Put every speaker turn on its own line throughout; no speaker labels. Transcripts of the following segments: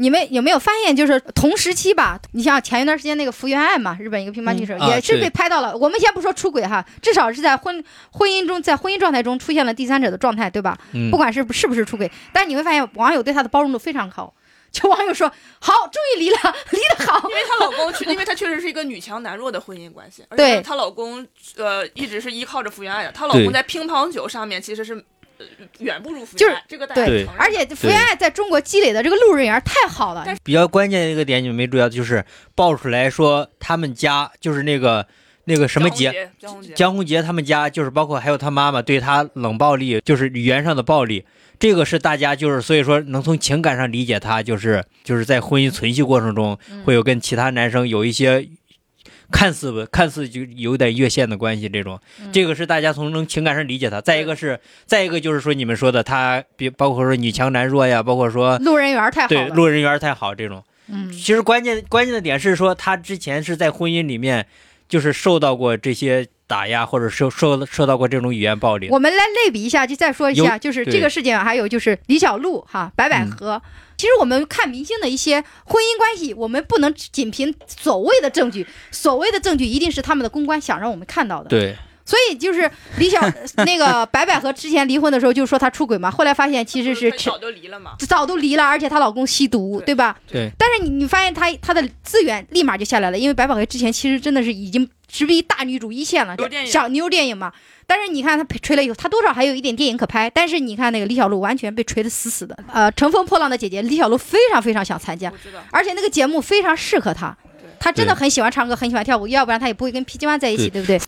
你们有没有发现，就是同时期吧？你像前一段时间那个福原爱嘛，日本一个乒乓球手、
啊
也是
对
被拍到了。我们先不说出轨哈，至少是在婚婚姻中，在婚姻状态中出现了第三者的状态，对吧？
嗯
不管是不是不是出轨，但你会发现网友对她的包容度非常高。就网友说好，终于离了， 离得好
因。为她老公确，因为她确实是一个女强男弱的婚姻关系，而
对
且她老公呃一直是依靠着福原爱的，她老
对
公在乒乓球上面其实是呃远不如福
就
原
是
爱，这个大家承
对
认。
而且福原爱在中国积累的这个路人缘太好了
但，是
比较关键的一个点，你们没注意到，就是爆出来说他们家就是那个那个什么杰，
杰，江宏杰，
江宏杰他们家就是包括还有他妈妈对他冷暴力，就是语言上的暴力，这个是大家就是所以说能从情感上理解他，就是就是在婚姻存续过程中
嗯
会有跟其他男生有一些。看似不看似就有点越线的关系，这种，
嗯
这个是大家从能情感上理解他。再一个是，再一个就是说你们说的他，比包括说女强男弱呀，包括说
路人缘太好
对
了。
路人缘太好这种。
嗯，
其实关键关键的点是说，她之前是在婚姻里面就是受到过这些打压，或者受受受到过这种语言暴力。
我们来类比一下，就再说一下，就是
对嗯
这个事件，还有就是李小璐哈，白百合。其实我们看明星的一些婚姻关系，我们不能仅凭所谓的证据，所谓的证据一定是他们的公关想让我们看到的。
对，
所以就是李小 那个白百合之前离婚的时候就说她出轨嘛，后来发现其实是
她早就离了嘛。
早都离了，而且她老公吸毒，
对
对吧？
对。
但是你你发现她她的资源立马就下来了，因为白百合之前其实真的是已经直逼大女主一线了
牛电，影
小妞电影嘛。但是你看她被锤了以后，她多少还有一点电影可拍。但是你看那个李小璐完全被锤得死死的。呃，乘风破浪的姐姐李小璐非常非常想参加
我，知道，
而且那个节目非常适合她
对。
她真的很喜欢唱歌，很喜欢跳舞，要不然她也不会跟皮筋湾在一起，对不对？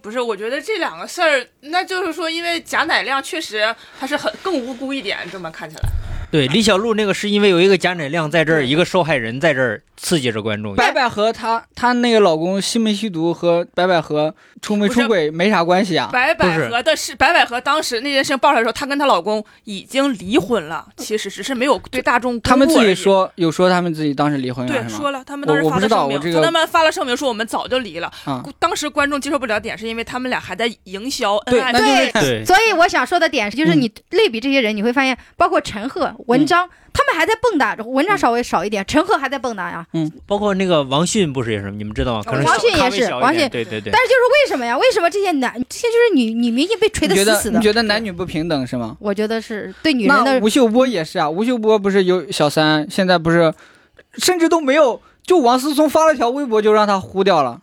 不是，我觉得这两个事儿，那就是说，因为贾乃亮确实他是很更无辜一点，这么看起来。
对，李小璐那个是因为有一个贾乃亮在这儿，一个受害人在这儿刺激着观众。
白百合她她那个老公吸没吸毒和白百合出没
不是
出轨没啥关系啊。
白百
不是
合的事，白百合当时那件事情爆出来的时候，她跟她老公已经离婚了，其实只是没有对大众公布
他们自
而
己
已。
说有说他们自己当时离婚
对，
了是
说
吗？
了，他们当时
我我
发
不
了
知道
声明，
我这个
他们发了声明说我们早就离了。
啊，
当时观众接受不了点是因为他们俩还在营销恩
对，
爱
那就是
对
所以我想说的点是，就是你类比这些人，你会发现，包括陈赫、文章，他们还在蹦跶，文章稍微少一点，陈赫还在蹦跶呀。
包括那个王迅不是也是，你们知道吗？可能
王迅
稍微
也是
小一
王
点
迅
对对对
但。是就是为什么呀？为什么这些男这些就是女女明星被锤
你
得
觉
死
得
死
你
的？
觉得男女不平等是吗？
我觉得是对女人
那
的
吴秀波也是啊，吴秀波不是有小三，现在不是，甚至都没有，就王思聪发了条微博就让他呼掉了，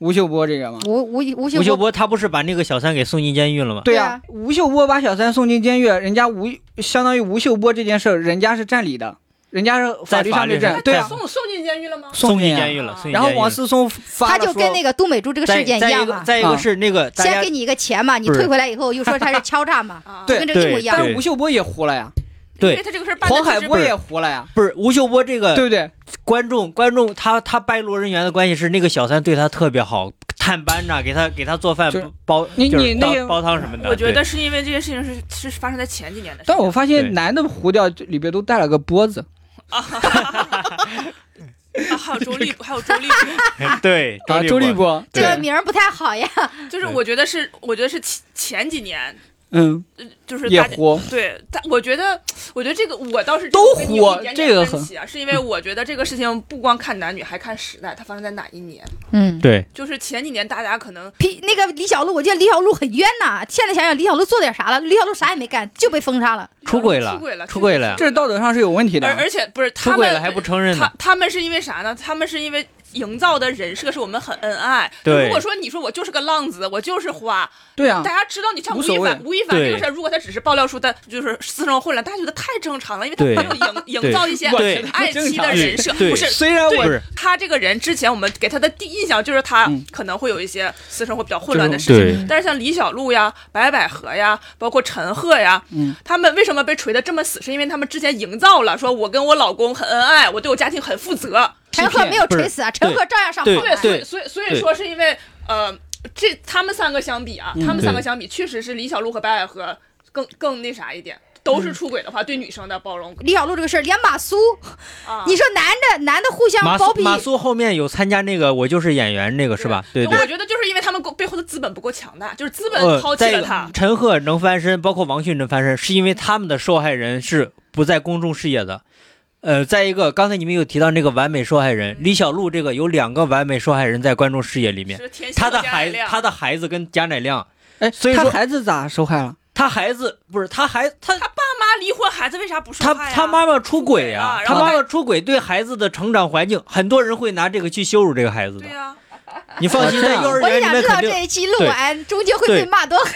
吴秀波这个嘛。啊
吴吴吴
吴秀
秀波
波他不是把那个小三给送进监狱了吗？
对
对
呀、
啊
吴秀波把小三送进监狱，人家吴相当于吴秀波这件事儿，人家是占理的，人家是法律
在
上
法律
面
上
占，对啊，
送送进监狱了吗？
送进
啊
监狱了。送进
然后
监狱
王
了
思聪发
他
了
就
说
跟那个杜美珠这个
再
事件
再
样
一个
嘛，
再一个是那个大
先
家
给你一个钱嘛，你
不是
退回来以后又说他是敲诈嘛，
啊，
对
跟这个一模一样
但。
对
是吴秀波也呼了呀，
对
因为他这个事儿办得
黄海
确实
波
不是
也呼了呀，
不是吴秀波这个
对不对？
观众观众他他拜路人缘的关系是那个小三对他特别好，探班呐、给他给他做饭
就是
煲
你
就是
你那
煲
个
煲汤什么的。
我觉
啊对
得是因为这件事情是是发生在前几年的事情。
但我发
对
现男的呼掉这里边都带了个波子，
啊还有周立，还有周立波，
对
啊，周立
波，
波，
这个
对
名儿不太好呀，
就是我觉得是，我觉得是前前几年，
嗯，
呃就是
也
大家
呼，
对，但我觉得，我觉得这个我倒是
都
跟你有
火
一点
这
点
个
分歧啊，是因为我觉得这个事情不光看男女，还看时代，它发生在哪一年。
嗯。
对
就是前几年大家可能
皮那个李小璐，我觉得李小璐很冤呐。现在想想，李小璐做点啥了？李小璐啥也没干，就被封杀了。
出轨了
出轨了，
出轨了
这是道德上是有问题
而
的。
而且不是他
出
们
轨了还不承认呢
他。他们是因为啥呢？他们是因为营造的人设是我们很恩爱。
对
如果说你说我就是个浪子，我就是花，
对啊
大，家知道你像吴
无所
亦凡，
谓
吴亦凡这
对
个事儿，如果他只是爆料出他就是私生活混乱，大家觉得太正常了，因为他
对
没有营营造一些
对
爱妻的人设，
对
不是
虽然
不
我
是
他这个人之前我们给他的第一印象就是他
嗯
可能会有一些私生活比较混乱的
这
事情，
嗯对
但是像李小璐呀、白百合呀，包括陈赫呀，
嗯
他们为什么被锤得这么死？是因为他们之前营造了说我跟我老公很恩爱，我对我家庭很负责，
陈赫没有锤死啊，陈赫照样上
对
好男。
对
所以所以说是因为呃，这他们三个相比
嗯
啊，他们三个相比确实是李小璐和白百合更更那啥一点。都是出轨的话，对女生的包容
李小璐这个事儿，连马苏，
啊，
你说男的男的互相
马
包
苏
庇，
马苏后面有参加那个《我就是演员》那个是吧？对
我
对。
觉得就是因为他们够背后的资本不够强大，就是资本抛
呃，
弃
再一
了
个
他。
陈赫能翻身，包括王迅能翻身，是因为他们的受害人是不在公众视野的。呃，再一个，刚才你们有提到那个完美受害
嗯
人李小璐，这个有两个完美受害人在观众视野里面，
是天蝎
他的
加
孩
亮
他的孩子跟贾乃亮，
哎，
所以
他
说
孩子咋受害了？
他孩子不是他孩他
他妈离婚，孩子为啥不受
他
害呀
他妈妈出轨啊，他
出轨了然后
妈妈出轨对孩子的成长环境，很多人会拿这个去羞辱这个孩子的
对。呀、
你放心，
啊这
在
样
幼儿
我就
园里
想
面
知道
肯定
这一期录
对
完中间会被
对
骂多狠。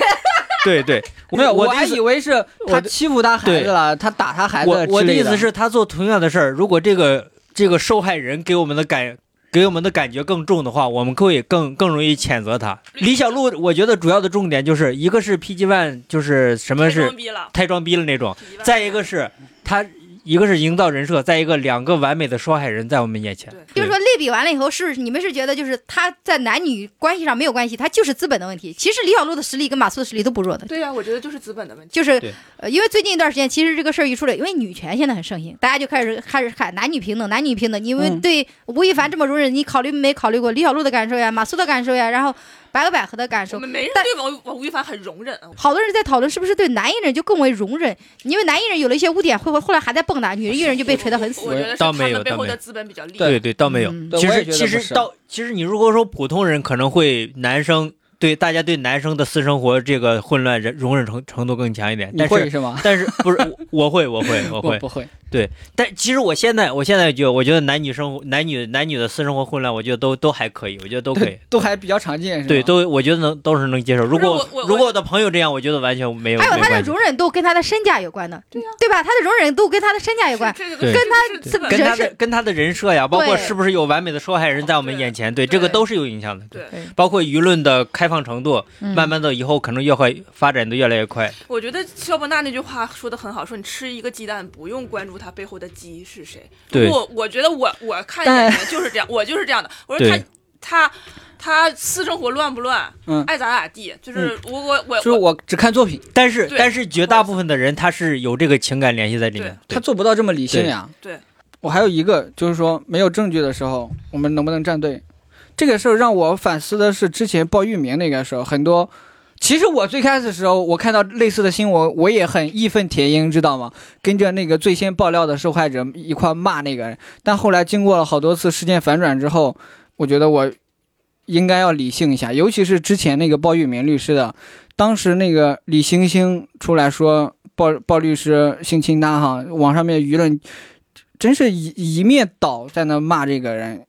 对 对，
没有，
我
我
的
还
意思
以为是他
我的
欺负他孩子了，他打他孩子
我我
之
的
类
意思，是，他做同样的事儿，如果这个这个受害人给我们的感给我们的感觉更重的话，我们会更更容易谴责他。
嗯
李小璐，我觉得主要的重点就是一个是 PG One，就是什么
太装
是
逼了。
太装逼了那种，
痞吧
再一个是他一个是营造人设，再一个两个完美的受害人在我们面前
就
对，
是说类比完了以后，是不是你们是觉得就是他在男女关系上没有关系，他就是资本的问题。其实李小璐的实力跟马苏的实力都不弱的。
对呀、我觉得就是资本的问题。
就是
对，
呃，因为最近一段时间，其实这个事儿一出来，因为女权现在很盛行，大家就开始开始喊男女平等，男女平等。你们
嗯
对吴亦凡这么容忍，你考虑没考虑过李小璐的感受呀，马苏的感受呀，然后白鹅百合的感
我
受？
们没人
但
对王王吴亦凡很容忍，啊
嗯
我
好多人在讨论是不是对男艺人就更为容忍，因为男艺人有了一些污点，会后来还在蹦跶，女艺人就被锤得很死。
我觉得是
倒
他
没有
们背
倒
后
没有
的资本比较厉害。
对对，倒没有。
嗯
对
其
我
实
也觉得
其
不
实
是
到其实你如果说普通人可能会男生对大家对男生的私生活这个混乱忍容忍程程度更强一点，
你
但
会
是
是 吗？
但是不是我我会我会我
我
会，
不会，
但其实我现在我现在就我觉得男女生活男女男女的私生活混乱，我觉得都都还可以，我觉得都可以，
都还比较常见，是吧
对，都我觉得能都是能接受。如果
我我
如果我的朋友这样，我觉得完全 没有
还有
没
他的
关系
容忍度跟他的身价有关的，对吧？他的容忍度跟他的身价有关。
这个
对
跟他 资本
跟
人
他的
是
跟他的人设呀，包括
对
是不是有完美的受害人在我们眼前，对
对
这个都是有影响的。
对
对
包括舆论的开放程度，
嗯
慢慢的以后可能越会发展的越来越快。
我觉得肖伯纳那句话说的很好，说你吃一个鸡蛋不用关注它背后的鸡是谁。
对
我我觉得我我看
但
演员就是这样，我就是这样的。我说
对
他他他私生活乱不乱，
嗯
爱咋咋地，就是
嗯
我我我
就是我只看作品，
但是
对
但是绝大部分的人他是有这个情感联系在里面。
他做不到这么理性呀。
对对
我还有一个就是说，没有证据的时候，我们能不能站队？这个事儿让我反思的是，之前报域名那个时候，很多。其实我最开始的时候，我看到类似的新闻，我也很义愤填膺，知道吗？跟着那个最先爆料的受害者一块骂那个人。但后来经过了好多次事件反转之后，我觉得我应该要理性一下，尤其是之前那个鲍玉明律师的，当时那个李星星出来说鲍鲍律师性侵他哈，网上面舆论真是一一面倒在那骂这个人，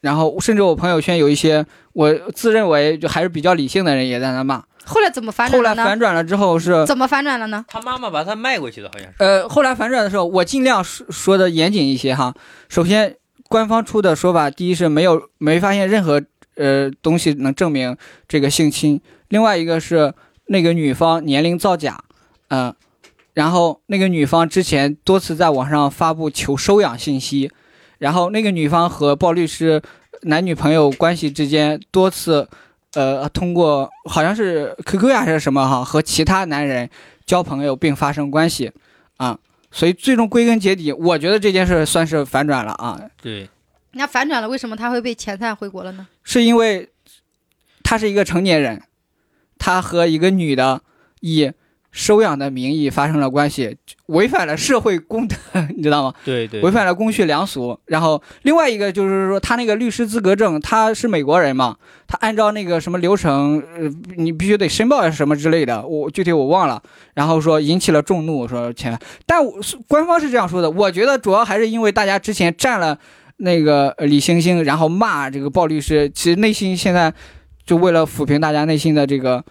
然后甚至我朋友圈有一些我自认为就还是比较理性的人也在那骂，
后来怎么反转
后来
了呢？
反转了之后是
怎么反转了呢？
他妈妈把他卖过去的，好像是。
呃，后来反转的时候，我尽量说说的严谨一些哈。首先，官方出的说法，第一是没有没发现任何呃东西能证明这个性侵，另外一个是那个女方年龄造假，嗯、然后那个女方之前多次在网上发布求收养信息，然后那个女方和鲍律师男女朋友关系之间多次。呃，通过好像是 QQ 呀还是什么哈，和其他男人交朋友并发生关系，啊，所以最终归根结底，我觉得这件事算是反转了啊，
对，
那反转了，为什么他会被遣散回国了呢？
是因为他是一个成年人，他和一个女的以收养的名义发生了关系，违反了社会公德，你知道吗？
对对，
违反了公序良俗。然后另外一个就是说，他那个律师资格证，他是美国人嘛，他按照那个什么流程，呃，你必须得申报什么之类的，我具体我忘了。然后说引起了众怒，说前，但我是官方是这样说的，我觉得主要还是因为大家之前站了那个呃李星星，然后骂这个鲍律师，其实内心现在就为了抚平大家内心的这个，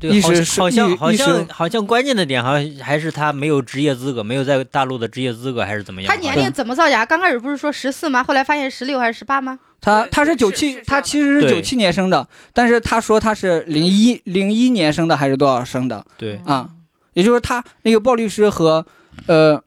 对，好
意识是
好
意
像好
意识
像好像关键的点，好像还是他没有职业资格，没有在大陆的职业资格，还是怎么样？
他年龄怎么造假？刚开始不是说十四吗？后来发现十六还是十八吗？
他
对
他是
是
九
是
七
这，
他
样的
其实是
对
九七年生的，但是他说他是零一零一年生的还是多少生的？
对
啊，也就是他那个鲍律师和呃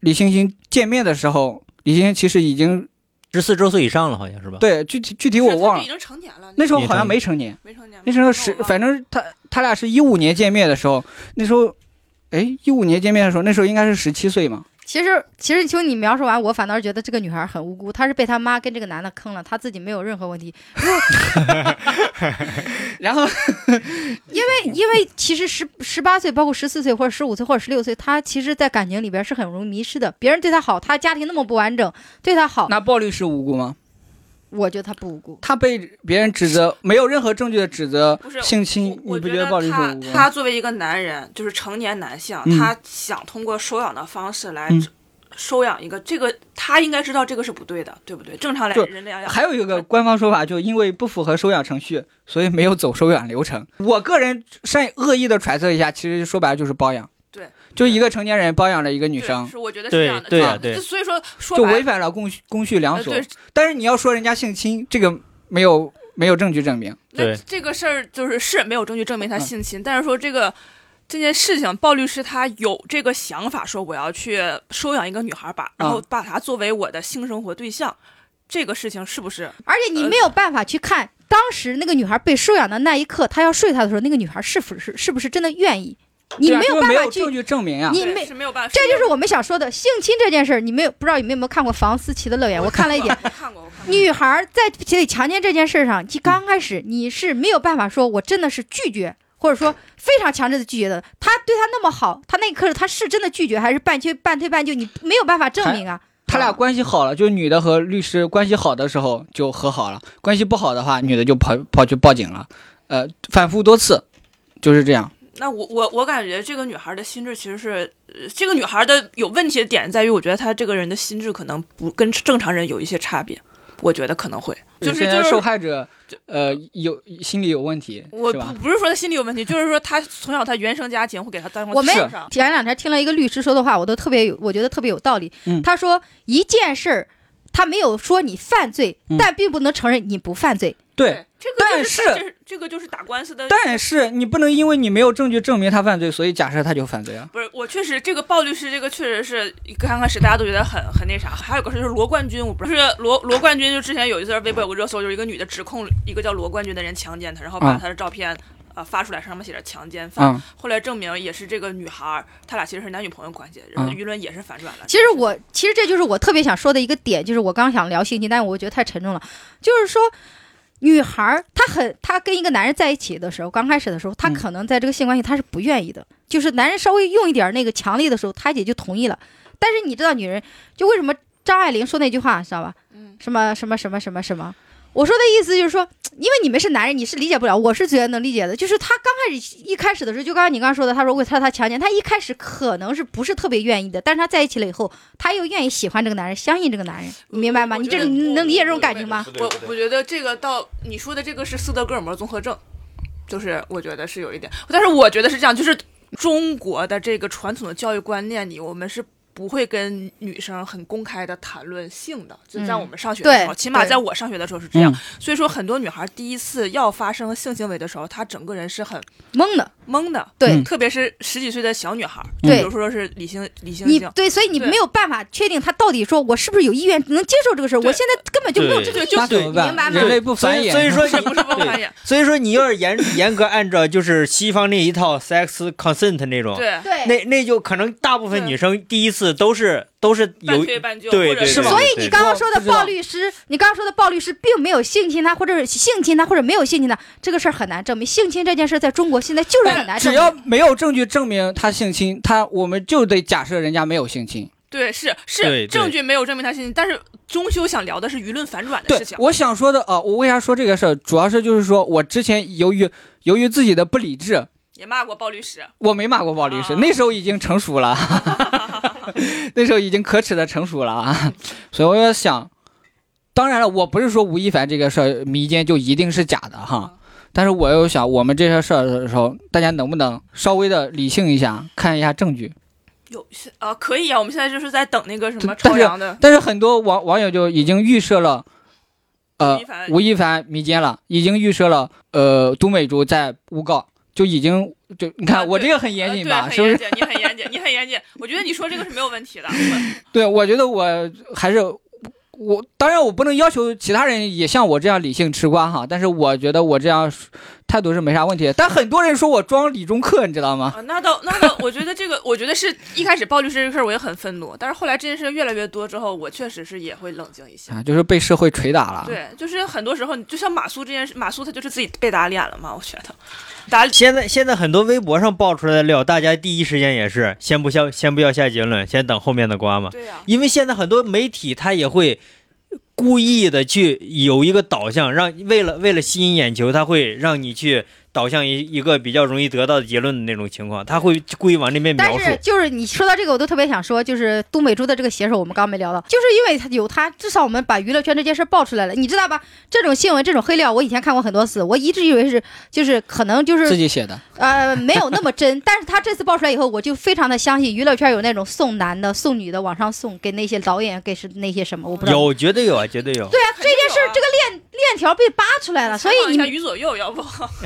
李星星见面的时候，李星星其实已经
十四周岁以上了，好像是吧？
对具体具体我
是他
忘
就
了
已，经成年了，
那时候
也
好像
成
没成年，
没成年吗，
那时候十
哦我忘了
反正他他俩是一五年见面的时候，那时候哎一五年见面的时候，那时候应该是十七岁嘛，
其实，其实听你描述完，我反倒是觉得这个女孩很无辜，她是被她妈跟这个男的坑了，她自己没有任何问题。
然后
哦
因为，因为其实十十八岁，包括十四岁或者十五岁或者十六岁，她其实，在感情里边是很容易迷失的。别人对她好，她家庭那么不完整，对她好，
那暴力是无辜吗？
我觉得她不无辜。
他被别人指责，没有任何证据的指责
不是
性侵，
我
你
我
不
觉
觉得暴力是
他
无辜
他
吗？
作为一个男人，就是成年男性，
嗯
他想通过收养的方式来
嗯
收收养一个，这个他应该知道这个是不对的，对不对？正常来
就
人这样要
还有一个官方说法，就因为不符合收养程序，所以没有走收养流程。我个人善恶意的揣测一下，其实说白了就是包养。
对，
就一个成年人包养了一个女
对
生，
是我觉得是
对
这样的，
对
这
啊
样的
对
就所以说说
就
白
违反了公序公序良
呃
俗。
对，
但是你要说人家性侵，这个没有没有证据证明。
那
对
这个事儿就是是没有证据证明他
嗯
性侵，但是说这个这件事情，鲍律师他有这个想法，说我要去收养一个女孩吧，
嗯
然后把她作为我的性生活对象，这个事情是不是？
而且你没有办法去看当时那个女孩被收养的那一刻，她要睡她的时候，那个女孩是否是是不是真的愿意？你
对啊
没
因为
办
没
法
有
去
证据证明啊。
你
对
没
是没有办法，
这就是
没
我们想说的性侵这件事儿，你没有不知道你们有没有看过房思琪的乐园？
有
我看了一点，
我看过，我看过。
女孩儿在被强奸这件事上，就刚开始你是没有办法说，我真的是拒绝，或者说非常强制的拒绝的。他对她那么好，他那一刻他是真的拒绝，还是半推半推半就？你没有办法证明啊。
他俩关系好了，就是女的和律师关系好的时候就和好了；关系不好的话，女的就跑跑去报警了。呃，反复多次，就是这样。
那我我我感觉这个女孩的心智其实是，呃这个女孩的有问题的点在于，我觉得她这个人的心智可能不跟正常人有一些差别，我觉得可能会，就
有
是
些
就是
受害者，呃，有心理有问题，
我
是吧
不？不是说她心理有问题，就是说她从小她原生家庭会给她
嗯
当成
我们
智商
前两天听了一个律师说的话，我都特别有，我觉得特别有道理。
嗯
他说一件事儿，他没有说你犯罪，
嗯
但并不能承认你不犯罪。
对，，
这个
但
就是这是这个就是打官司的。
但是你不能因为你没有证据证明他犯罪，所以假设他就犯罪啊。
不是，我确实这个鲍律师这个确实是刚开始大家都觉得很很那啥。还有个事就是罗冠军，我不是罗罗冠军，就之前有一次微博有个热搜，就是一个女的指控一个叫罗冠军的人强奸她，然后把
啊
嗯
她的照片。呃，发出来上面写着强奸犯，
嗯，
后来证明也是这个女孩儿，她俩其实是男女朋友关系，然后
嗯
舆论也是反转了。
啊其实我其实这就是我特别想说的一个点，就是我刚想聊性侵，但是我觉得太沉重了。就是说，女孩儿她很她跟一个男人在一起的时候，刚开始的时候，她
嗯
可能在这个性关系她是不愿意的，就是男人稍微用一点那个强力的时候，她也就同意了。但是你知道，女人就为什么张爱玲说那句话，知道吧？
嗯，
什么什么什么什么什么。我说的意思就是说，因为你们是男人，你是理解不了，我是觉得能理解的。就是他刚开始一开始的时候，就刚刚你刚刚说的，他说为他他强奸，他一开始可能是不是特别愿意的，但是他在一起了以后，他又愿意喜欢这个男人，相信这个男人，你明白吗？
我
你
觉
这
得
个你
我
能理解这种
我
感情吗？
我我觉得这个到你说的这个是斯德哥尔摩综合症，就是我觉得是有一点，但是我觉得是这样，就是中国的这个传统的教育观念里，我们是。不会跟女生很公开的谈论性的，就在
嗯
我们上学的时候，
对
起码
对嗯
在我上学的时候是
嗯
这样。所以说，很多女孩第一次要发生性行为的时候，她整个人是很
懵的，
懵的，
对
嗯
特别是十几岁的小女孩，
对
比如说是李星李星
你
星，
对，所以你
对
没有办法确定他到底说我是不是有意愿能接受这个事儿，
对
我现在根本就没有
对
这个意
那怎
愿，
么
你明白
办？
吗
人？类不
所
繁
以
衍，
所以说
是不是不
对
发言？
所以说你要是严严格按照就是西方那一套 sex consent 那种，
对，
对，
那那就可能大部分
对
女生第一次都是都是
半
有
推半就，
对
或者
对
是
对
所以你刚刚说的
不知道
鲍律师，你刚刚说的鲍律师并没有性侵他，或者是性侵他，或者没有性侵他，这个事儿很难证明。性侵这件事儿在中国现在就是很难证
只
明。
要没有证据证明他性侵，他我们就得假设人家没有性侵。
对，是
对
是
对
证据没有证明他性侵，但是终究想聊的是舆论反转的
对
事情，。
我想说的啊、呃我为啥说这个事儿，主要是就是说我之前由于由于自己的不理智，
也骂过鲍律师，
我没骂过鲍律师，
啊
那时候已经成熟了， 那时候已经可耻的成熟了啊，所以我要想，当然了，我不是说吴亦凡这个事儿迷奸就一定是假的哈，
嗯
但是我又想，我们这些事儿的时候，大家能不能稍微的理性一下，看一下证据？
有些啊可以啊，我们现在就是在等那个什么
但但
朝
是
阳的
但是很多网网友就已经预设了，呃
吴亦，凡
吴亦凡迷奸了，已经预设了，呃，都美竹在诬告，就已经就你
啊
看我
对
这个很
呃
严谨
对
吧，
很
是不
严
是？
谨，你很严谨，你很严谨。我觉得你说这个是没有问题的。我
对，我觉得我还是我，当然我不能要求其他人也像我这样理性吃瓜哈，但是我觉得我这样态度是没啥问题的。但很多人说我装理中客，你知道吗？
啊，那倒那倒，我觉得这个，我觉得是一开始暴力这事儿我也很愤怒，但是后来这件事情越来越多之后，我确实是也会冷静一些。
啊，就是被社会捶打了。
对，就是很多时候，你就像马苏这件事，马苏他就是自己被打脸了嘛，我觉得打脸
现在现在很多微博上爆出来的料，大家第一时间也是先不下先不要下结论，先等后面的瓜
啊
嘛。
对呀、
因为现在很多媒体他也会故意的去有一个导向，让为了为了吸引眼球，他会让你去导向一一个比较容易得到的结论的那种情况，他会故意往那边
但
描述
是。就是你说到这个，我都特别想说，就是都美竹的这个写手，我们刚刚没聊到，就是因为他有他，至少我们把娱乐圈这件事爆出来了，你知道吧？这种新闻，这种黑料，我以前看过很多次，我一直以为是就是可能就是
自己写的，
呃，没有那么真，但是他这次爆出来以后，我就非常的相信娱乐圈有那种送男的、送女的往上送，给那些导演，给是那些什么，我不知道。
有，绝对有啊，绝对有。
对啊，这件事儿这个链链条被扒出来了，所以你
看于左右，要不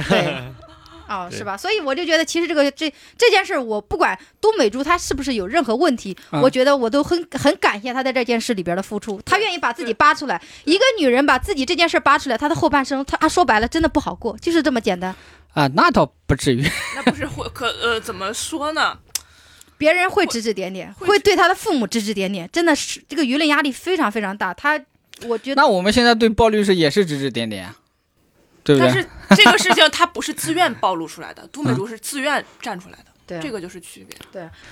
对， 哦，
对
是吧？所以我就觉得，其实这个这这件事，我不管都美珠她是不是有任何问题，
嗯
我觉得我都很很感谢她在这件事里边的付出。她愿意把自己扒出来，一个女人把自己这件事扒出来，她的后半生，她她说白了真的不好过，就是这么简单。
啊，那倒不至于。
那不是会可呃怎么说呢？
别人会指指点点，
会
会对她的父母指指点点，真的是这个舆论压力非常非常大。她，我觉得
那我们现在对暴力是也是指指点点啊，对不
但
对？
是这个事情它不是自愿暴露出来的，都
嗯
美竹是自愿站出来的，
对啊
这个就是区别。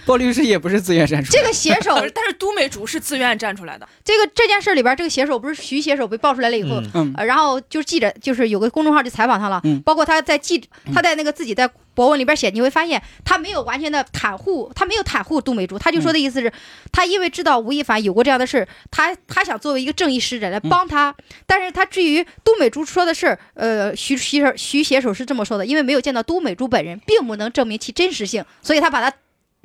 暴力是也不是自愿删除。
这个写 手
但是但是都美竹是自愿站出来的，
这个这件事里边，这个写手不是徐写手被爆出来了以后，
嗯
嗯
呃，然后就是记者，就是有个公众号就采访他了，
嗯
包括他在记，他在那个自己在博文里边写，你会发现他没有完全的袒护，他没有袒护杜美竹，他就说的意思是，他因为知道吴亦凡有过这样的事儿，他他想作为一个正义使者来帮他，但是他至于杜美竹说的事儿，呃，徐徐手徐写手是这么说的，因为没有见到杜美竹本人，并不能证明其真实性，所以他把他。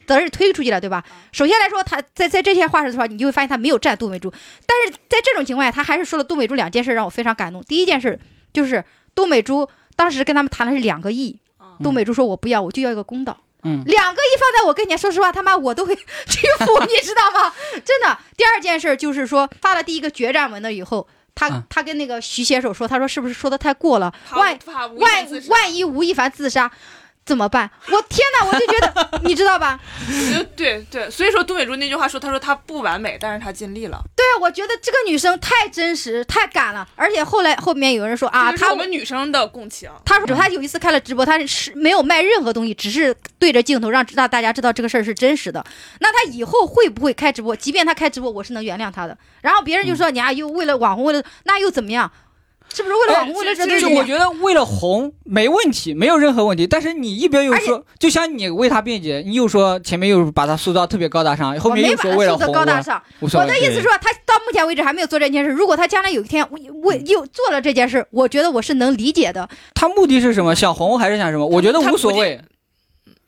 责任推出去了，对吧？首先来说，他在在这些话上的话，你就会发现他没有站杜美竹，但是在这种情况下，他还是说了杜美竹两件事让我非常感动。第一件事就是杜美竹当时跟他们谈的是两个亿
啊，
杜美竹说我不要，我就要一个公道。
嗯，
两个亿放在我跟前，说实话，他妈我都会 屈服，你知道吗？真的。第二件事就是说，发了第一个决战文了以后，他、
嗯
他跟那个徐写手说，他说是不是说的太过了？
怕
万
怕无
万
限自杀
万一吴亦凡自杀。怎么办？我天哪！我就觉得， 你知道吧？
就对对，所以说杜美竹那句话说，她说她不完美，但是她尽力了
对啊，我觉得这个女生太真实、太敢了，而且后来后面有人说啊，
这就是
她
我们女生的共情。
他说他有一次开了直播，他是没有卖任何东西，只是对着镜头让让大家知道这个事儿是真实的。那他以后会不会开直播？即便他开直播，我是能原谅他的。然后别人就说你啊，又为了网红，为了那又怎么样？是不是为了网红，为了这
这
个
这
就
怎
我
么
觉得为了红没问题，没有任何问题。但是你一边又说，就像你为他辩解，你又说前面又把他塑造特别高大上，后
我
面
没
又
把
说
他
为了
说的
红啊
高大
我
上。
无所
我
谓。
的意思是说，他到目前为止还没有做这件事。如果他将来有一天我我又做了这件事，我觉得我是能理解的。
他目的是什么？想红还是想什么？我觉得
他
无所
目的
谓。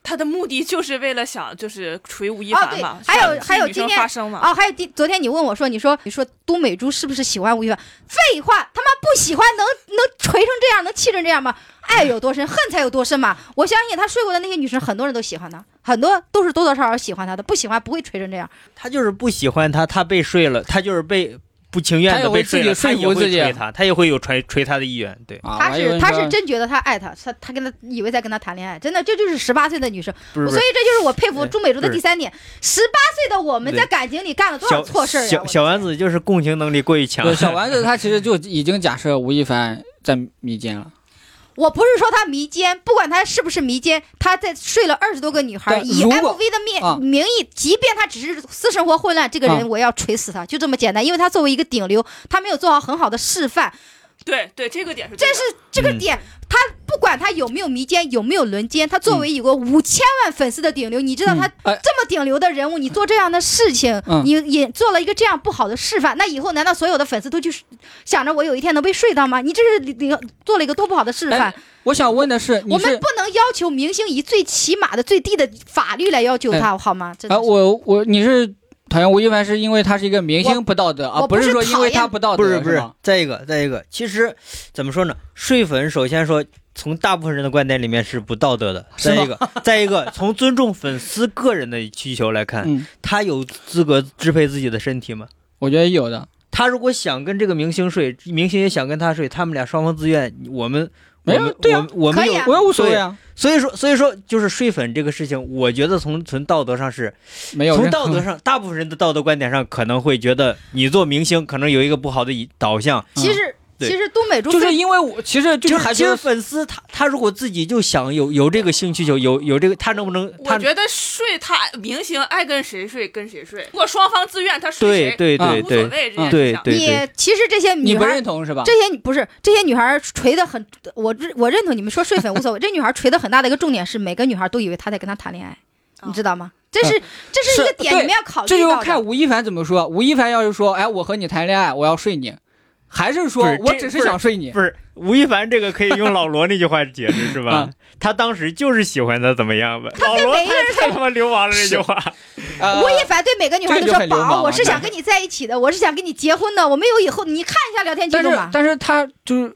她的目的就是为了想就是锤吴亦
哦
凡
对
嘛，
还有
想
还有
替女
今
生
天
发声嘛，
啊，还有第昨天你问我说，你说你说都美珠是不是喜欢吴亦凡？废话，他妈不喜欢能能锤成这样，能气成这样吗？爱有多深，恨才有多深嘛！我相信他睡过的那些女生，很多人都喜欢他，很多都是多多少少喜欢他的，不喜欢不会锤成这样。
他就是不喜欢他，他被睡了，他就是被不情愿
他也
的
会
被睡了，
自
他
己说
也
服
会
自己
锤他，他也会有锤锤他的意愿。对，
啊，我
他
还以为
是
你
他
说
是真觉得他爱他，他他跟他以为在跟他谈恋爱，真的这就是十八岁的女生，
不是不
所
是
以。这就是我佩服
对
朱美竹的
不是
第三点：十八岁的我们
对
在感情里干了多少
小
错事儿呀
小！小丸子就是共情能力过于强
不。是小丸子，他其实就已经假设吴亦凡在迷奸了。
我我不是说他迷奸，不管他是不是迷奸，他在睡了二十多个女孩，
但
以
如
MV
果
的面、
啊
名义，即便他只是私生活混乱，这个
啊
人我要锤死他，就这么简单。因为他作为一个顶流，他没有做好很好的示范，
对对，这个点是
这
对的
是这个
嗯
点。他不管他有没有迷奸，有没有轮奸，他作为有个五千万粉丝的顶流，你知道他
嗯哎
这么顶流的人物，你做这样的事情，
嗯
你也做了一个这样不好的示范，那以后难道所有的粉丝都去想着我有一天能被睡到吗？你这是领做了一个多不好的示范
哎。我想问的是，你
我
是
们不能要求明星以最起码的、最低的法律来要求他，好吗？真的
啊，
是，
我我你是讨厌吴亦凡是因为他是一个明星不道德啊，
我
不
不是
说因为他不道德，
不是不
是
是
吗，
再一个再一个，其实怎么说呢？睡粉首先说，从大部分人的观点里面是不道德的。
是
再
吗
一个 再一个，从尊重粉丝个人的需求来看，
嗯，
他有资格支配自己的身体吗？
我觉得有的，
他如果想跟这个明星睡，明星也想跟他睡，他们俩双方自愿，我们
没
我
有
们
对啊，
我我
可
们
以
有
啊
我也无所谓啊，
所以说，所以说就是睡粉这个事情，我觉得从从道德上是，
没有
从
任何
道 德上，大部分人的道德观点上可能会觉得你做明星可能有一个不好的以导向，
其实
对
其实东北中
就是
非
因为我其实
就
就
是是
还
其
是
实粉丝他他如果自己就想有有这个性需求，有有这个他能不能
我
他
觉得睡他明星爱跟谁睡跟谁睡，如果双方自愿，他睡
对
谁啊
对对
无所
对
谓这件
对
事情。啊
对对，
你其实这些
你
女
不
孩
认同是吧？
这些不是这些女孩锤的很，我认我认同你们说睡粉无所 谓。这女孩锤的很大的一个重点是，每个女孩都以为她在跟他谈恋爱，你知道吗？这是这是一个
哦是
点，
对
你们要考虑
这就
到
看
的。
吴亦凡怎么说。吴亦凡要是说，哎，我和你谈恋爱，我要睡你，还是说
不是
我
这
只是
不是
想睡你？
不是吴亦凡这个可以用老罗那句话解释 是吧
啊？
他当时就是喜欢他怎么样吧？老罗
每一个人
太太他妈流氓了这句话，
呃
吴亦凡对每个女孩
这
都
就
说
很流氓
宝，
了
我是想跟你在一起的，我是想跟你结婚的，我没有以后，你看一下聊天记
但
录
是
吧。
但是他就是，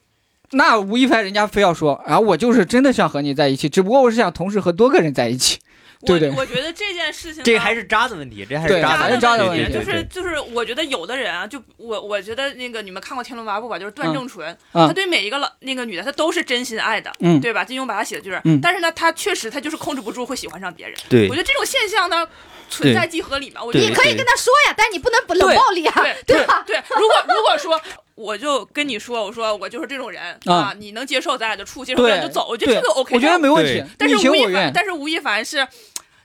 那吴亦凡人家非要说啊，我就是真的想和你在一起，只不过我是想同时和多个人在一起，对对
我我觉得这件事情
这
呢
还是渣子问题，这还
对
是渣
还
子
是渣子问
对
题
对对
就是
对
就是，我觉得有的人啊，就我我觉得那个你们看过《天龙八部》吧，就是段正淳，
嗯嗯
他对每一个老那个女的，他都是真心爱的，
嗯
对吧？金庸把他写的就是，
嗯
但是呢，他确实他就是控制不住会喜欢上别人。
对
我觉得这种现象呢，存在即合理嘛。我觉
对
得
你可以跟他说呀，但你不能不冷
对
暴力啊，
对
吧？
对，如果如果说。我就跟你说，我说我就是这种人、
啊
啊，你能接受，咱俩就处；接受不
对
了就走。我觉得这个 OK。
我觉得没问题
对，
但
你
是
情
吴
我
亦凡
愿，。
但是吴亦凡是，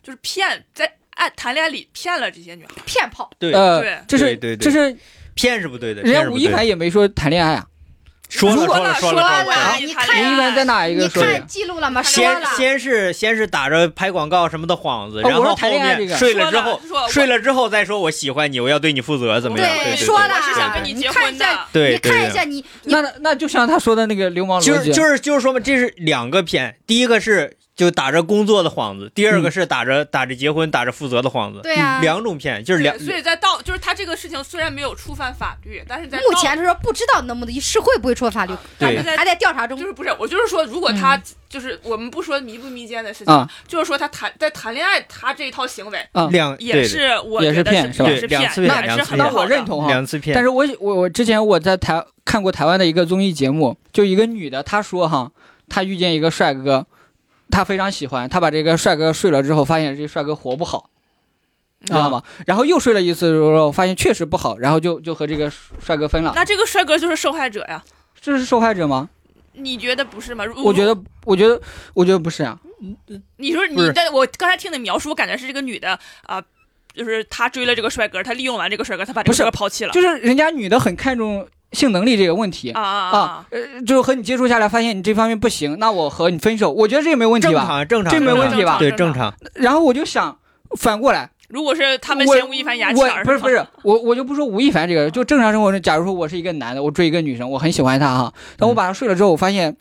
就是骗在爱谈恋爱里骗了这些女孩。
骗炮。
对
呃
对，
这是
对对对
这是
骗是不对的，
人
骗
家
是不
吴亦
对的
凡也没说谈恋爱啊，
说了
如果
说了
那
说
说
了
了
了
啊
哎
你
谈
看
恋
吴亦
爱
凡在哪一
你
个说的呀
看？记录了吗？说
先
了，
先是先是打着拍广告什么的幌子，
哦
然后
我说
后
谈恋爱
面
这个
睡了之后
说了说我
睡了之后再说我喜欢你，我要对你负责，怎么样？
对
对，对
说
对
了
我是想跟你结
看一
婚的
下，
对
你
对
看一
对
下你
那那就像他说的那个流氓
就
逻
是
辑，啊
就是就是说嘛，这是两个骗，第一个是就打着工作的幌子，第二
嗯
个是打着、打着结婚、打着负责的幌子，
对啊，
嗯两种骗，就是两
对，所以在道就是他这个事情虽然没有触犯法律，但是在
目
道
前他说不知道能不能是会不会触犯法律，
但
对
是在
还在调查中
就。是不是我就是说，如果他、就是我们不说迷不迷奸的事情，
啊
就是说他谈在谈恋爱，他这一套行为
啊。
两
也
对
是我
也是
觉得
骗是吧
也是
对两
骗，
次骗
也
两
是
次
很
骗
好
那
的
我认同哈，
两次骗，
但是我我我之前我在台看过台湾的一个综艺节目，就一个女的，她说哈，她遇见一个帅哥，她非常喜欢，她把这个帅哥睡了之后，发现这帅哥活不好，
嗯
知道
啊
吗？然后又睡了一次之后，发现确实不好，然后就就和这个帅哥分了。
那这个帅哥就是受害者呀？
这是受害者
嗯
吗？
你觉得不是吗？如
我觉得，我觉得，我觉得不是啊。
嗯
你说
不
你
是
在我刚才听你描述，我感觉是这个女的啊、就是她追了这个帅哥，她利用完这个帅哥，她把这
不
个
是
帅哥抛弃了。
就是人家女的很看重性能力这个问题
啊啊
啊，呃，就是和你接触下来，发现你这方面不行，那我和你分手，我觉得这也没问题
正
吧。
常正常，
这没
正
问
常
题吧
对，正常。
然后我就想，反过来，
如果是他们
我
嫌吴亦凡牙
我
签儿，
不是
吗
不是，我我就不说吴亦凡这个人，就正常生活中，假如说我是一个男的，我追一个女生，我很喜欢她哈，但我把她睡了之后，我发现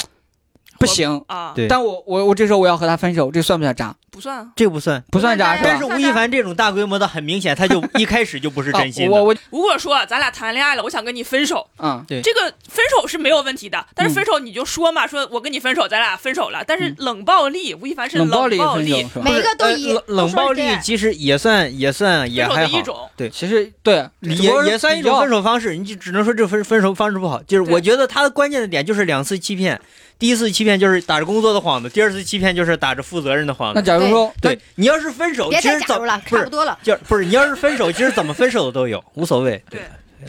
不行，
啊，
对
但我我我这时候我要和她分手，这算不算渣？
不算啊。
这不算，
不算渣
不算渣
是
但
吧
是？吴亦凡这种大规模的，很明显 他就一开始就不是真心
啊我
的。
我
如果说咱俩谈恋爱了，我想跟你分手，
嗯，
这个分手是没有问题的，但是分手你就说嘛，说我跟你分手，咱俩分手了。但是冷暴力，吴亦凡是
嗯冷暴力
力，
分手是吧？
每一个都以
呃冷冷暴力
都说是
其实也算也算也
分手
还
的
好
一，种。
其实对，
也也算一种分
手。
手方式，你就只能说这分分手方式不好。就是我
对
觉得他的关键的点就是两次欺骗，第一次欺骗就是打着工作的幌子，第二次欺骗就是打着负责任的幌
那
子。
假如说，
对你要是分手，
别
其
再
实
假
怎
如了，
不
差不
是
多了。
就是不是你要是分手，其实怎么分手的都有，无所谓。
对，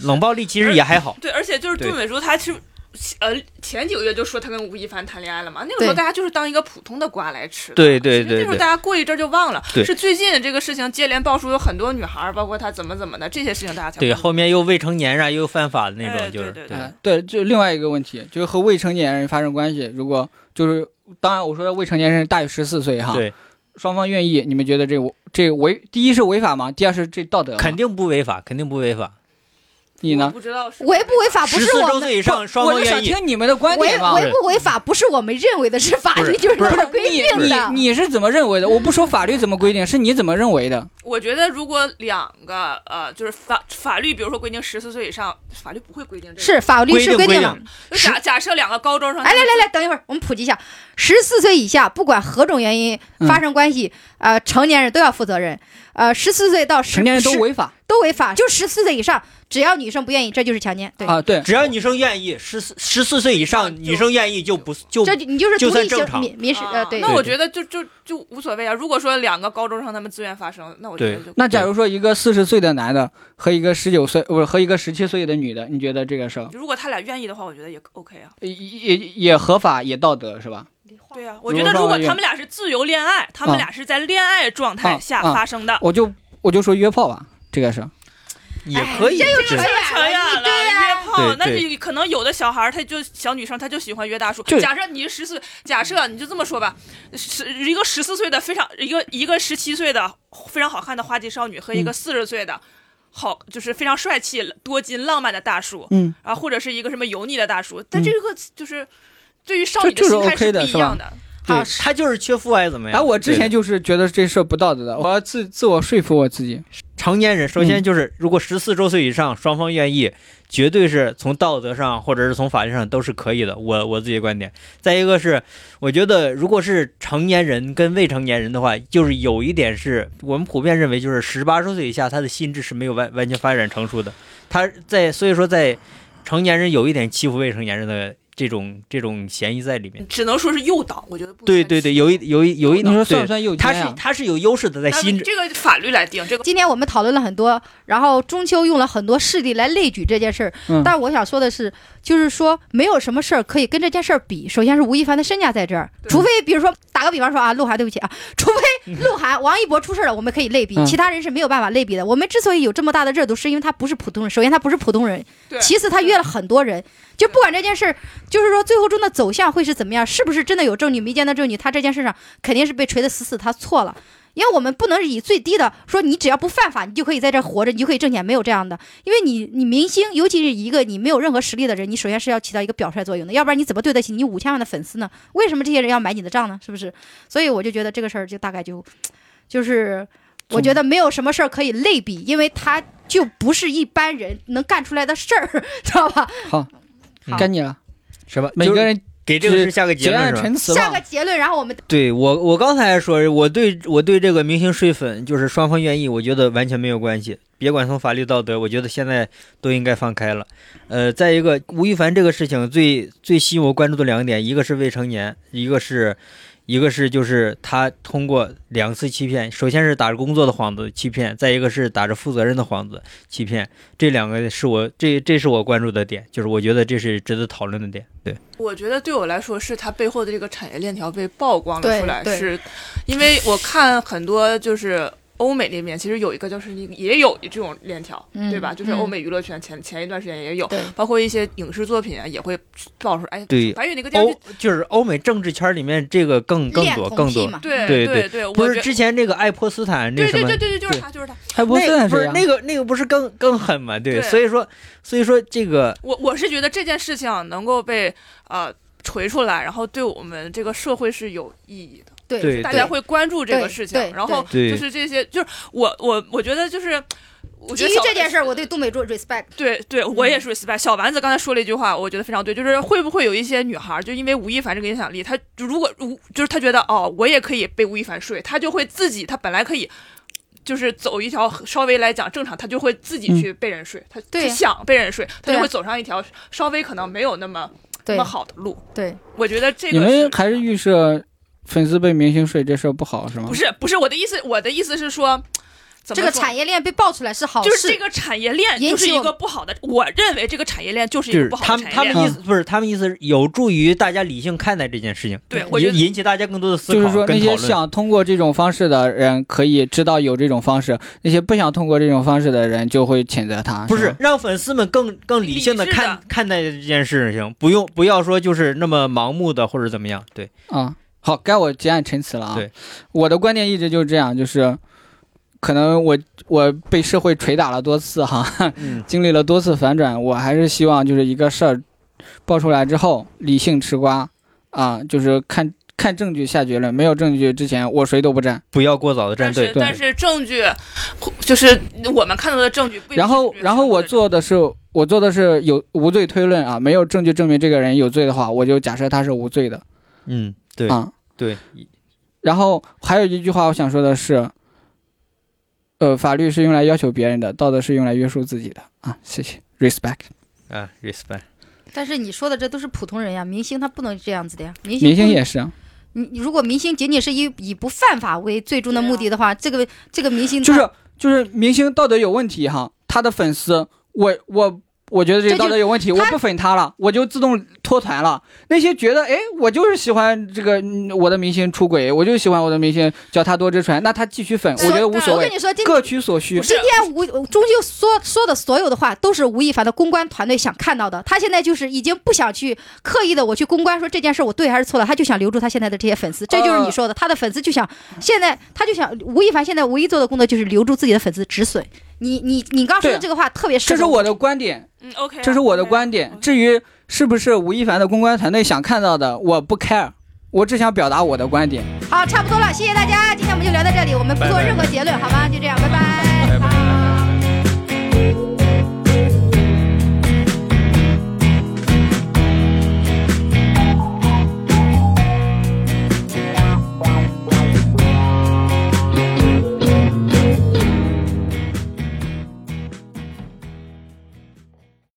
冷暴力其实也还好。
对，而且就是
对
杜美如，她是呃前几个月就说她跟吴亦凡谈恋爱了嘛，那个时候
对
大家就是当一个普通的瓜来吃的。
对对
其实那
对
时候
对
大，家过一阵儿就忘了，
对
是最近这个事情接连爆出，有很多女孩儿，包括她怎么怎么的这些事情，大家才
对
关注
后面又未成年啊，又犯法的那
哎
种，就是
对对
哎，对，就另外一个问题，就是和未成年人发生关系，如果就是，当然我说的未成年人大于十四岁哈，
对，
双方愿意，你们觉得这这违，第一是违法吗？第二是这道德吗？
肯定不违法，肯定不违法。
你
我
呢？
不知道是
违不违法啊不
十
是
四
我
周
们
岁以上，双
我
方
就想
愿意。
听你们的观
违
点嘛。
违不违法不是我们认为的，是法律
不是
就是
不是
这么规
你
定的。
你你是怎么认为的？我不说法律怎么规定，是你怎么认为的？
我觉得如果两个呃，就是法法律，比如说规定十四岁以上，法律不会规定这个。
是法律
规
是
定
规
规
定
定
了。
就假假设两个高中生，
哎，来来来，等一会儿，我们普及一下：十四岁以下，不管何种原因
嗯
发生关系，呃，成年人都要负责任。呃，十四岁到十
成年人都
十
违法，
都违法，就十四岁以上，只要女生不愿意，这就是强奸。对，
啊，对，
只要女生愿意，十四十四岁以上女生愿意就不就
这就你就是
就
独
算
立
正
性
常
民民事
啊
呃对
那我
对
觉得就就就无所谓啊。如果说两个高中生他们自愿发生，那我觉得
对
就
那假如说一个四十岁的男的和一个十九岁，不是和一个十七岁的女的，你觉得这个事儿
如果他俩愿意的话，我觉得也 OK 啊。
也也也合法也道德是吧？
对啊呀、我
如
觉
果
得如
说
果
愿意
他们俩是自由恋爱，他们
啊
俩是在恋爱状态下
啊啊
发生的，
我就我就说约炮吧，这个事儿
也可以，只
这扯远了，
哎对呀
约炮
对，
那
对
是可能有的小孩儿他就小女生，她就喜欢约大叔
就。
假设你是十四，假设你就这么说吧，十一个十四岁的非常一个一个十七岁的非常好看的花季少女和一个四十岁的。好，就是非常帅气、多金、浪漫的大叔，
嗯，
啊，或者是一个什么油腻的大叔，但
嗯
这个就是对于少
这
女的
就是
心态
OK 的
不
是
一
吧
样的。啊
好，他就是缺父爱怎么样？
哎，我之前
就
就是觉得这事儿不道德的，我要自自我说服我自己。
成年人，首先就是如果十四周岁以上双方愿意，绝对是从道德上或者是从法律上都是可以的。我我自己的观点。再一个是，我觉得如果是成年人跟未成年人的话，就是有一点是我们普遍认为，就是十八周岁以下他的心智是没有完完全发展成熟的。他在所以说在成年人有一点欺负未成年人的这种这种嫌疑在里面。
只能说是诱导，我觉得不
对
算
对对，
欺
有一有一有一
你说算
对，
不算诱
他
奸
是
啊？
他是有优势的在
但
心智。
这个法律来定，这个
今天我们讨论了很多，然后中秋用了很多事例来类举这件事儿。
嗯
但我想说的是，就是说没有什么事儿可以跟这件事儿比。首先是吴亦凡的身价在这儿，
对
除非比如说打个比方说啊，鹿晗，对不起啊，除非鹿晗、王一博出事儿了，我们可以类比，
嗯
其他人是没有办法类比的。我们之所以有这么大的热度，是因为他不是普通人。首先他不是普通人，
对
其次他约了很多人。就不管这件事儿，就是说最后中的走向会是怎么样，是不是真的有证据、民间的证据，他这件事上肯定是被锤得死死，他错了。因为我们不能以最低的说，你只要不犯法，你就可以在这儿活着，你就可以挣钱，没有这样的。因为你，你明星，尤其是一个你没有任何实力的人，你首先是要起到一个表率作用的，要不然你怎么对得起你五千万的粉丝呢？为什么这些人要买你的账呢？是不是？所以我就觉得这个事儿就大概就，就是我觉得没有什么事儿可以类比，因为他就不是一般人能干出来的事儿， 知道吧？
好
该你了，
什么？
每
就是
个人
给这个事下个结
结
论是
案
吧？
陈词
下
吧
个。结论，然后我们
对我，我刚才说，我对我对这个明星睡粉，就是双方愿意，我觉得完全没有关系。别管从法律到德，我觉得现在都应该放开了。呃，再一个，吴亦凡这个事情最最吸引我关注的两点，一个是未成年，一个是，一个是就是他通过两次欺骗，首先是打着工作的幌子欺骗，再一个是打着负责任的幌子欺骗，这两个是我这这是我关注的点，就是我觉得这是值得讨论的点。对，
我觉得对我来说，是它背后的这个产业链条被曝光了出来，
对对
是因为我看很多就是欧美那边其实有一个就是一个也有这种链条，
嗯
对吧？就是
嗯
欧美娱乐圈前、前一段时间也有，
对
包括一些影视作品啊也会爆出来。哎，
对哦
白宇那个电视
欧
剧，
就是欧美政治圈里面这个更更
恋
多
童
更
癖
多。
嘛，
对
对
对对，
不
我
是
觉得
之前那个爱泼斯坦那
对
什
对
么
对，对对，就是
对
他，就是他。
海波斯
那
坦
不
谁
是
呀？
那个那个不是更更狠嘛？对，
对
所以说所以说这个
我我是觉得这件事情能够被呃锤出来，然后对我们这个社会是有意义的。
对
对
大家会关注这个事情
对，对
然后
对
就是这些，就是我我我觉得就是，我
基
觉得
于
小
这件事儿，我对东北做 respect。
对对，我也是 respect。小丸子刚才说了一句话，我觉得非常对，就是会不会有一些女孩儿就因为吴亦凡这个影响力，她就如果如就是她觉得哦，我也可以被吴亦凡睡，她就会自己，她本来可以。就是走一条稍微来讲正常，她就会自
嗯
己去被人睡，她
对呀
她想被人睡，她
对呀
就会走上一条稍微可能没有那么那
对
么好的路。
对，
我觉得这
你
个是
们还是预设粉丝被明星睡这事儿不好是吗
不？是不是我的意思，我的意思是说，怎么
这个
说
产业链被爆出来哦是好事，
就是这个产业链
引
就
起
是一
我
个不好的，我认为这个产业链就是
就
一
是
个不好
他
的
们
产
他
业
们
链。
意思不是他们意思是有助于大家理性看待这件事情，
对
嗯，
我觉
引
得
引起大家更多的思
就是
考
说，那
跟讨
些
论。
想通过这种方式的人可以知道有这种方式，那些不想通过这种方式的人就会谴责他。
不是
吧，
让粉丝们更更理性的
理智
看
的
看待这件事情，不用不要说就是那么盲目的或者怎么样，对
啊、好，该我结案陈词了啊。
对，
我的观点一直就是这样，就是可能我我被社会捶打了多次哈，
嗯
经历了多次反转，我还是希望就是一个事儿爆出来之后，理性吃瓜啊，就是看看证据下结论，没有证据之前我谁都不站。
不要过早的站
但
队
是。
对
但是证据，就是我们看到的证据不一定是
然后
绝对
然后我
的
做的是我做的是有无罪推论啊，没有证据证明这个人有罪的话，我就假设他是无罪的
嗯，对
啊。
对，
然后还有一句话我想说的是，呃，法律是用来要求别人的，道德是用来约束自己的啊。谢谢，respect。
啊，respect。
但是你说的这都是普通人呀，明星他不能这样子的呀。明星
明星
不
也是啊，
你你如果明星仅仅是以以不犯法为最终的目的的话，这个这个明星
就
他
是就是明星道德有问题哈，他的粉丝，我我我觉得这
这
个
就
道德有问题，我
他
不粉他了，我就自动脱团了。那些觉得哎，我就是喜欢这个嗯我的明星出轨，我就喜欢我的明星脚踏多只船，那他继续粉，
对
我觉得无所
我跟
谓，
你说，今
各取所需
不。是
今天吴终究说说的所有的话，都是吴亦凡的公关团队想看到的。他现在就是已经不想去刻意的我去公关说这件事我对还是错了，他就想留住他现在的这些粉丝。这就是
呃
你说的，他的粉丝就想现在他就想吴亦凡现在唯一做的工作就是留住自己的粉丝止损。你你你刚说的
对啊
这个话特别适合
这是我的观点，
嗯，OK，
啊
这是我的观点。至于是不是吴亦凡的公关团队想看到的，我不 care，我只想表达我的观点。
好，差不多了，谢谢大家，今天我们就聊到这里，我们不做任何结论，好吗？就这样，拜拜